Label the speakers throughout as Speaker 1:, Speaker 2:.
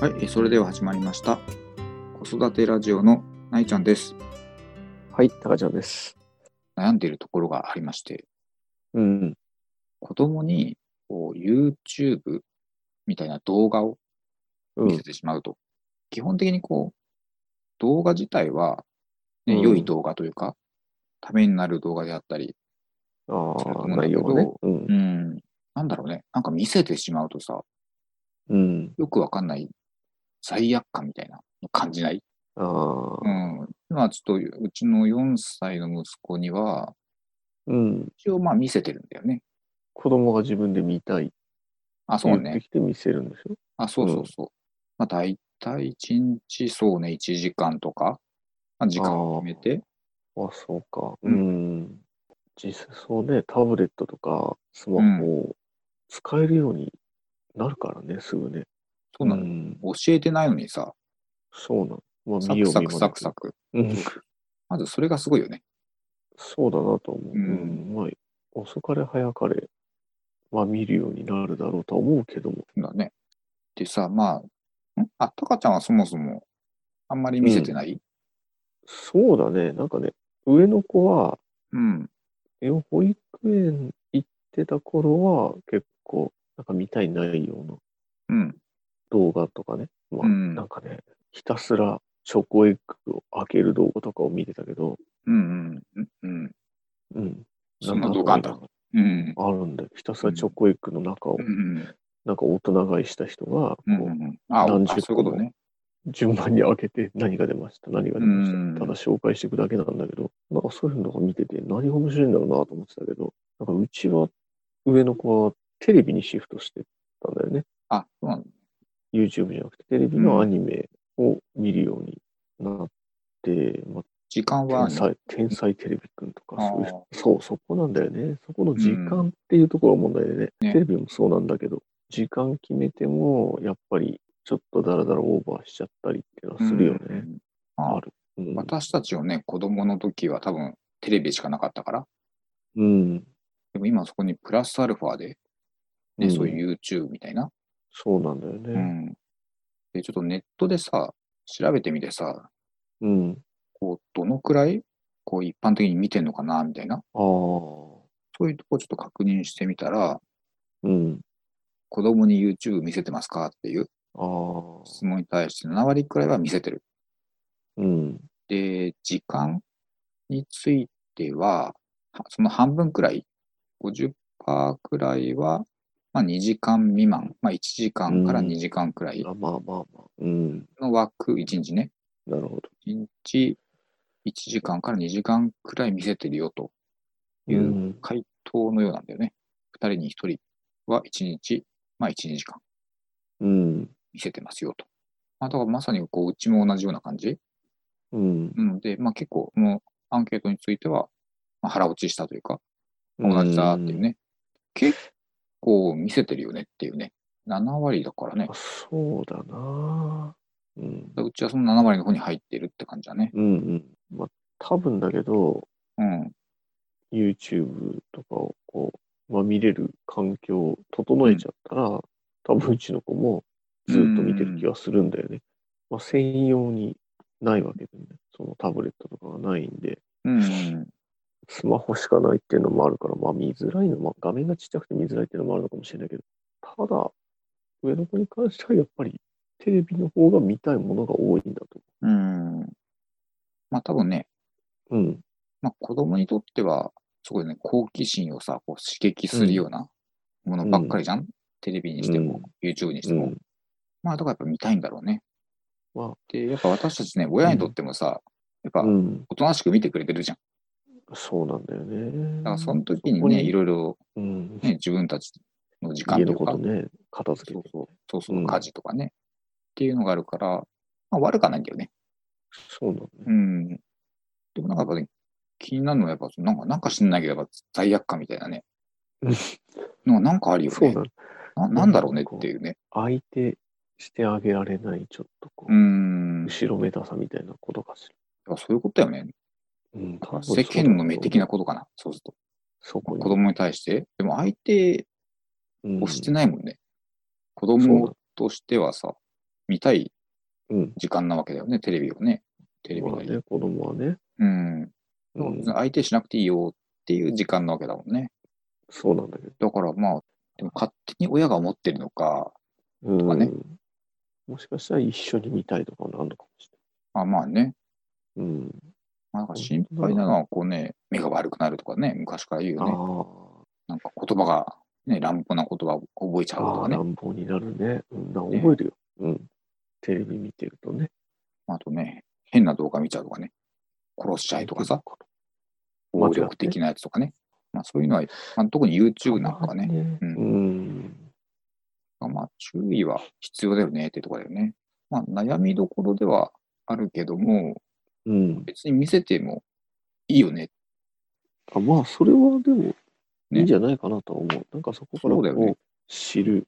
Speaker 1: はい、えそれでは始まりました。子育てラジオのないちゃんです。
Speaker 2: はい、高ちゃんです。
Speaker 1: 悩んでいるところがありまして、
Speaker 2: うん。
Speaker 1: 子供にこう YouTube みたいな動画を
Speaker 2: う
Speaker 1: 見せ
Speaker 2: ん。
Speaker 1: てしまうと、基本的にこう、動画自体は、ね
Speaker 2: うん
Speaker 1: 良い動画というか、ためになる動画であったり、
Speaker 2: あ
Speaker 1: それと
Speaker 2: あ、
Speaker 1: もだけ
Speaker 2: 内
Speaker 1: ど
Speaker 2: 容がね。うん
Speaker 1: う。ん、なんだろうね、なんか見せてしまうとさ、
Speaker 2: うん。
Speaker 1: よくわかんない罪悪感みたいなの感じない
Speaker 2: ああ。
Speaker 1: うん。今ちょっと、うちの4歳の息子には、
Speaker 2: うん。
Speaker 1: 一応まあ見せてるんだよね。
Speaker 2: 子供が自分で見たいって
Speaker 1: あ、そう
Speaker 2: 言って
Speaker 1: ね。
Speaker 2: きて見せるんでしょ
Speaker 1: あ、そうそうそう。まあ大体1日、そうね、1時間とか、まあ、時間を決めて、
Speaker 2: あ、そうか。
Speaker 1: う
Speaker 2: うんん。実際そうね、タブレットとかスマホを使えるようになるからね、すぐね。
Speaker 1: そうなの、
Speaker 2: ん。
Speaker 1: 教えてないのにさ、
Speaker 2: そうなの。ま
Speaker 1: サ
Speaker 2: あ、見よ
Speaker 1: ク
Speaker 2: う
Speaker 1: サ
Speaker 2: 見
Speaker 1: ク
Speaker 2: ま
Speaker 1: サ
Speaker 2: ね
Speaker 1: クサク。
Speaker 2: うん。
Speaker 1: まずそれがすごいよね。
Speaker 2: そうだなと思う。
Speaker 1: う
Speaker 2: うんん。まあ、遅かれ早かれ、まあ見るようになるだろうとは思うけども。
Speaker 1: だね。でさ、まあ、んあ、タカちゃんはそもそも、あんまり見せてない、
Speaker 2: そうだね。なんかね、上の子は、
Speaker 1: うん、
Speaker 2: え保育園行ってた頃は、結構、なんか見たい内容の
Speaker 1: うん。
Speaker 2: 動画とかね。まあ、
Speaker 1: うん
Speaker 2: なんかね、ひたすらチョコエッグを開ける動画とかを見てたけど、
Speaker 1: うん。うん。うん。
Speaker 2: うん。
Speaker 1: そんな動画あんだ。うん。
Speaker 2: あるんだよ。ひたすらチョコエッグの中を、
Speaker 1: うん。うん。
Speaker 2: なんか大人買いした人が、こ
Speaker 1: う
Speaker 2: うん
Speaker 1: うん。あ、あそう
Speaker 2: 何
Speaker 1: い
Speaker 2: 十
Speaker 1: うことね。
Speaker 2: 順番に開けて何が出ました、何が出ました、
Speaker 1: うん
Speaker 2: ただ紹介していくだけなんだけど、なんかそういうのが見てて何が面白いんだろうなと思ってたけど、なんかうちは、上の子はテレビにシフトしてたんだよね。
Speaker 1: あ、そうなんだ
Speaker 2: YouTube じゃなくてテレビのアニメを見るようになって、ま
Speaker 1: 時間は
Speaker 2: あ、
Speaker 1: ね、
Speaker 2: 天才、天才テレビくんとか
Speaker 1: あー
Speaker 2: そういう、そう、そこなんだよね。そこの時間っていうところが問題でね、
Speaker 1: ね
Speaker 2: テレビもそうなんだけど、時間決めても、やっぱりちょっとダラダラオーバーしちゃったりっていうのはするよね。
Speaker 1: うんまあ
Speaker 2: ある。うん
Speaker 1: 私たちをね、子供の時は多分テレビしかなかったから、
Speaker 2: うん。
Speaker 1: でも今そこにプラスアルファで、ね
Speaker 2: うん
Speaker 1: そういう YouTube みたいな、
Speaker 2: そうなんだよ
Speaker 1: う
Speaker 2: ね。
Speaker 1: んで。ちょっとネットでさ、調べてみてさ、
Speaker 2: うん。
Speaker 1: こうどのくらいこう一般的に見てんのかなみたいな、
Speaker 2: ああ。
Speaker 1: そういうとこちょっと確認してみたら、
Speaker 2: うん。
Speaker 1: 子供に YouTube 見せてますかっていう
Speaker 2: ああ。
Speaker 1: 質問に対して7割くらいは見せてる。
Speaker 2: うん。
Speaker 1: で、時間については、はその半分くらい、50%くらいは、まあ、2時間未満、まあ、1時間から
Speaker 2: うん
Speaker 1: 2時間くらい
Speaker 2: あまあまあまあ。うん。
Speaker 1: の枠、1日ね、
Speaker 2: なるほど。。
Speaker 1: 1日1時間から2時間くらい見せてるよといううん回答のようなんだよね。2人に1人は1日、まあ、1、2時間
Speaker 2: うん。
Speaker 1: 見せてますよと。まあ、だからまさにこううちも同じような感じ。
Speaker 2: うん。
Speaker 1: うん、で、まあ、結構、このアンケートについては、まあ、腹落ちしたというか、同じだっていうね。結構見せてるよねっていうね。7割だからね
Speaker 2: うん。あ。そうだな。うん。
Speaker 1: うちはその7割の方に入ってるって感じだね。
Speaker 2: うんうん。まあ、多分だけど、
Speaker 1: うん。
Speaker 2: YouTube とかをこう、まあ、見れる環境を整えちゃったら、多分うちの子もずっと見てる気がするんだよね。まあ、専用にないわけでね、そのタブレットとかがないんで、
Speaker 1: うん。
Speaker 2: スマホしかないっていうのもあるから、まあ見づらいの、まあ、画面がちっちゃくて見づらいっていうのもあるのかもしれないけど、ただ、上の子に関してはやっぱりテレビの方が見たいものが多いんだと
Speaker 1: うん。まあ多分ね、
Speaker 2: 思う。うん。
Speaker 1: まあ、子供にとっては、すごいね、好奇心をさ、こう刺激するようなものばっかりじゃん。テレビにしても、YouTube にしても。
Speaker 2: うん
Speaker 1: まあだからやっぱ見たいんだろうね。
Speaker 2: まあ
Speaker 1: で、やっぱ私たちね、親にとってもさ、やっぱ
Speaker 2: うん。
Speaker 1: おとなしく見てくれてるじゃん。
Speaker 2: そうなんだよね。
Speaker 1: だからその時に
Speaker 2: そこ
Speaker 1: ね、いろいろ
Speaker 2: うん。
Speaker 1: ね、自分たちの時間
Speaker 2: 家の
Speaker 1: と
Speaker 2: こ
Speaker 1: か
Speaker 2: と、ね、片付
Speaker 1: そ
Speaker 2: け
Speaker 1: う
Speaker 2: て
Speaker 1: そうそうそうう、
Speaker 2: ん
Speaker 1: 家事とかね、っていうのがあるから、まあ、悪くはないんだよね。
Speaker 2: そうなんだね。
Speaker 1: うん。でもなんかやっぱね、気になるのはやっぱ、なんか、なんか知んないけど、やっぱ罪悪感みたいなね
Speaker 2: うん。
Speaker 1: のなんかあるよ
Speaker 2: そう
Speaker 1: ね
Speaker 2: なの。
Speaker 1: な。なんだろうねっていうね。
Speaker 2: 相手してあげられない、ちょっとこ
Speaker 1: う
Speaker 2: う、
Speaker 1: ん。やっ
Speaker 2: 後ろめたさみたいなことかし
Speaker 1: ぱそういうことだよね。
Speaker 2: ら。うん、多分そうだ
Speaker 1: 世間の目的な
Speaker 2: と
Speaker 1: ことかな。そうすると。
Speaker 2: 思う。そこ
Speaker 1: 子
Speaker 2: に。
Speaker 1: 供に対して。でも相手
Speaker 2: うん
Speaker 1: をしてないもんね。子供としてはさ、見たい
Speaker 2: うん。
Speaker 1: 時間なわけだよね、テレビをね。テレビ
Speaker 2: まあ
Speaker 1: が、
Speaker 2: ね、子供はね。
Speaker 1: うん。
Speaker 2: うん、
Speaker 1: 相手しなくていいよっていう時間なわけだもんね。
Speaker 2: そうなんだけど。
Speaker 1: だからまあ、でも勝手に親が思ってるのか、
Speaker 2: うん
Speaker 1: かね
Speaker 2: もしかしたら一緒に見たいとかもあるのかもし
Speaker 1: まあまあね、
Speaker 2: れない。うん。
Speaker 1: まあ、なんか心配なのはこうね、目が悪くなるとかね、昔から言うよね。
Speaker 2: あ
Speaker 1: なんか言葉が、ね、乱暴な言葉を覚えちゃ
Speaker 2: あ、
Speaker 1: うと
Speaker 2: ああ
Speaker 1: かね。
Speaker 2: 乱暴になるね。うん、な
Speaker 1: ね
Speaker 2: 覚えるよ、うん。テレビ見てるとね。
Speaker 1: あとね、変な動画見ちゃうとかね、殺しちゃいとかさ、
Speaker 2: 間
Speaker 1: 暴
Speaker 2: 違って
Speaker 1: 力的なやつとかね。まあそういうのは、まあ、特に YouTube なんかはね、。う
Speaker 2: うんん。
Speaker 1: まあ注意は必要だよねってとこだよね。まあ悩みどころではあるけども、
Speaker 2: うん。
Speaker 1: 別に見せてもいいよね。
Speaker 2: あまあ、それはでも、いいんじゃないかなとは思う。なんかそこから
Speaker 1: そ
Speaker 2: こ
Speaker 1: うだよ
Speaker 2: う、
Speaker 1: ね
Speaker 2: 知る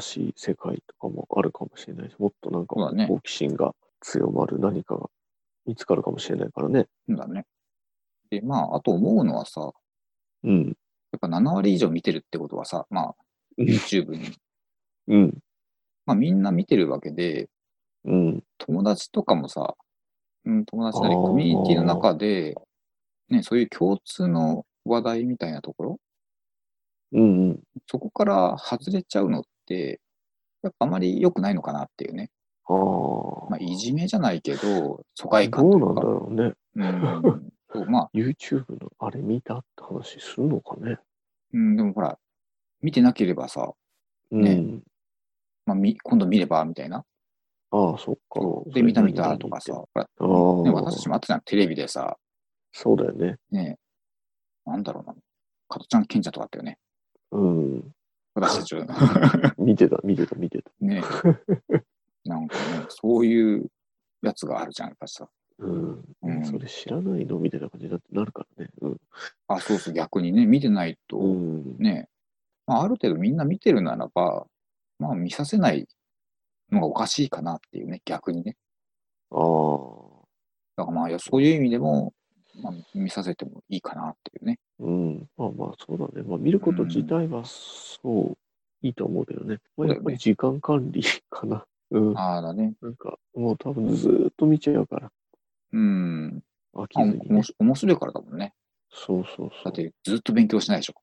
Speaker 2: 新しい世界とかもあるかもしれないし、もっとなんか
Speaker 1: そうだね
Speaker 2: 好奇心が強まる何かが見つかるかもしれないからね。
Speaker 1: そうだね。で、まああと思うのはさ、やっ
Speaker 2: うん。
Speaker 1: ぱ7割以上見てるってことはさ、まあ
Speaker 2: うん
Speaker 1: YouTube に、
Speaker 2: うん。
Speaker 1: まあみんな見てるわけで、
Speaker 2: うん。
Speaker 1: 友達とかもさ、うん、友達なり
Speaker 2: あー
Speaker 1: コミュニティの中で、ね、そういう共通の話題みたいなところ、
Speaker 2: うん。うん。
Speaker 1: そこから外れちゃうのって、やっぱあまり良くないのかなっていうね。
Speaker 2: ああ。
Speaker 1: まあ、いじめじゃないけど、疎外感
Speaker 2: ど
Speaker 1: と
Speaker 2: う
Speaker 1: い
Speaker 2: なん
Speaker 1: うか。
Speaker 2: だろうね。
Speaker 1: うんそうまあ、
Speaker 2: YouTube のあれ見たって話するのかね。
Speaker 1: うん、でもほら、見てなければさ、
Speaker 2: うん。
Speaker 1: まあ、み今度見ればみたいな。
Speaker 2: ああ、そっか。
Speaker 1: で、見た見たとかさ、ほら、
Speaker 2: ああ、
Speaker 1: ね、私たちもあったじゃん、テレビでさ、
Speaker 2: そうだよね。
Speaker 1: ね、なんだろうな、加トちゃん、ケンちゃんとかあったよね、
Speaker 2: うん。
Speaker 1: 私たちは。
Speaker 2: 見てた、見てた、見てた。
Speaker 1: ねなんかね、そういうやつがあるじゃん、やっぱさ。
Speaker 2: うん。
Speaker 1: うん
Speaker 2: それ知らないのみたいな感じになってなるからね。うん。
Speaker 1: あ、そうそう、逆にね、見てないと、
Speaker 2: うん。
Speaker 1: ね、まあ、ある程度みんな見てるならば、まあ、見させないのがおかしいかなっていうね、逆にね。
Speaker 2: ああ。
Speaker 1: だからまあ、いやそういう意味でも、まあ、見させてもいいかなっていうね。
Speaker 2: うん、まあまあそうだね。まあ見ること自体はそう、いいと思うけどね。まあ
Speaker 1: そうだ
Speaker 2: やっ
Speaker 1: よ
Speaker 2: ぱ
Speaker 1: ね
Speaker 2: り時間管理かな。うん。
Speaker 1: ああ、だね。
Speaker 2: なんかもう多分ずーっと見ちゃうから、
Speaker 1: うん。
Speaker 2: 飽き
Speaker 1: あお
Speaker 2: ずにね
Speaker 1: も。し面白いからだもんね。
Speaker 2: そうそうそ
Speaker 1: だっ
Speaker 2: う。
Speaker 1: て、ずっと勉強しないでしょ。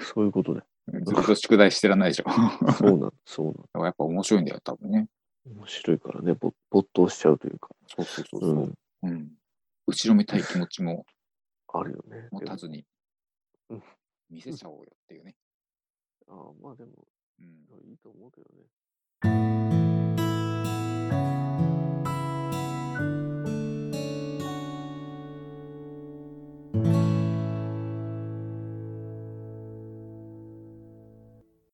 Speaker 2: そういうことだよ。
Speaker 1: ずっと宿題してらんないでしょ。だ か
Speaker 2: そうなん、そうなん。
Speaker 1: らやっぱ面白いんだよ、多分ね。
Speaker 2: 面白いからね、ぼ没頭しちゃうというか。
Speaker 1: そうそうそうそうう。
Speaker 2: ん。
Speaker 1: うん。後ろめたい気持ちも
Speaker 2: あるよね。
Speaker 1: 持
Speaker 2: でも
Speaker 1: たずに
Speaker 2: うん、
Speaker 1: 見せちゃおうよっていうね。
Speaker 2: ああまあでも、
Speaker 1: うん
Speaker 2: いいと思うけどね。